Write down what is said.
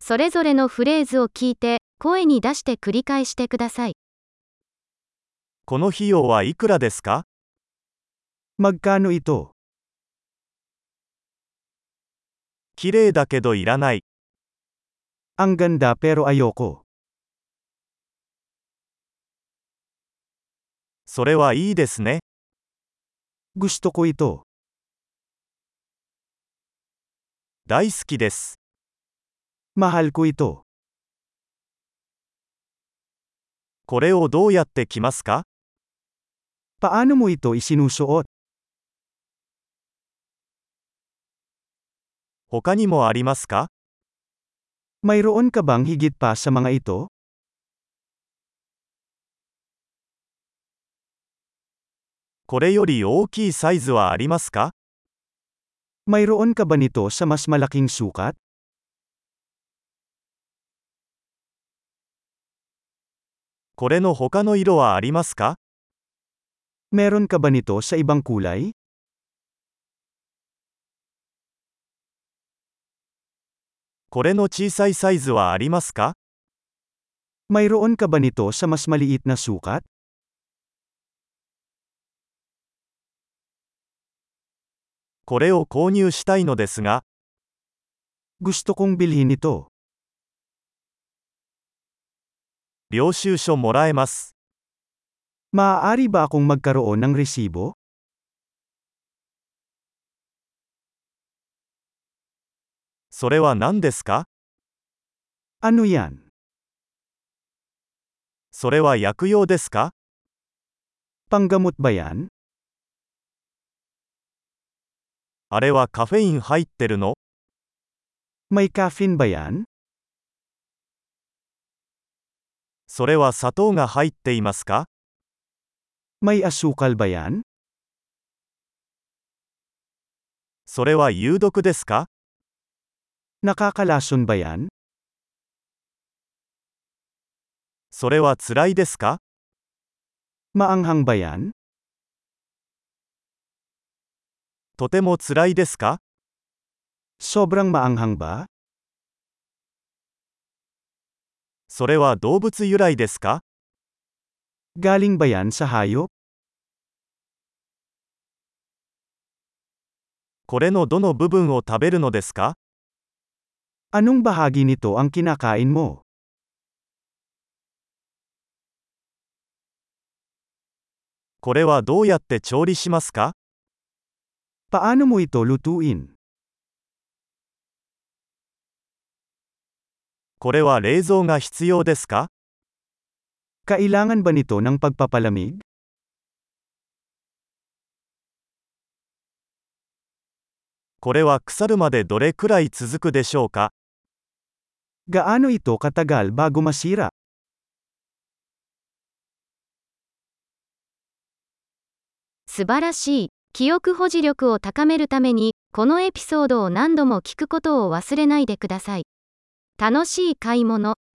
それぞれのフレーズを聞いて、声に出して繰り返してください。この費用はいくらですか Magkano ito? 綺麗だけどいらない。 Ang ganda pero ayoko. それはいいですね。 Gusto ko ito. 大好きです。 Mahal ko ito. これをどうやって着ますか Paano mo ito isinusuot? 他にもありますか Mayroon ka bang higit pa sa mga ito? これより大きいサイズはありますか Mayroon ka ba nito sa mas malaking sukat? これの他の色はありますか Meron ka ba nito sa ibang kulay? これの小さいサイズはありますか Mayroon ka ba nito sa mas maliit na sukat? これを購入したいのですが、 Gusto kong bilhin ito. 領収書もらえます。 Maaari ba akong magkaroon ng resibo? それは何ですか Ano yan? それは薬用ですか Panggamot ba yan? あれはカフェイン入ってるの May caffeine ba yan? それは砂糖が入っていますか May asukal ba yan? それは有毒ですか Nakakalason ba yan? それは辛いですか Maanghang ba yan? とても辛いですか Sobrang maanghang ba? それは動物由来ですか Galing ba yan sa hayop? これのどの部分を食べるのですか Anong bahagi nito ang kinakain mo? これはどうやって調理しますか Paano mo ito lutuin? これは冷蔵が必要ですか Kailangan ba nito ng pagpapalamig? これは腐るまでどれくらい続くでしょうか Gaano ito katagal bago masira? 素晴らしい。記憶保持力を高めるために、このエピソードを何度も聞くことを忘れないでください。楽しい買い物。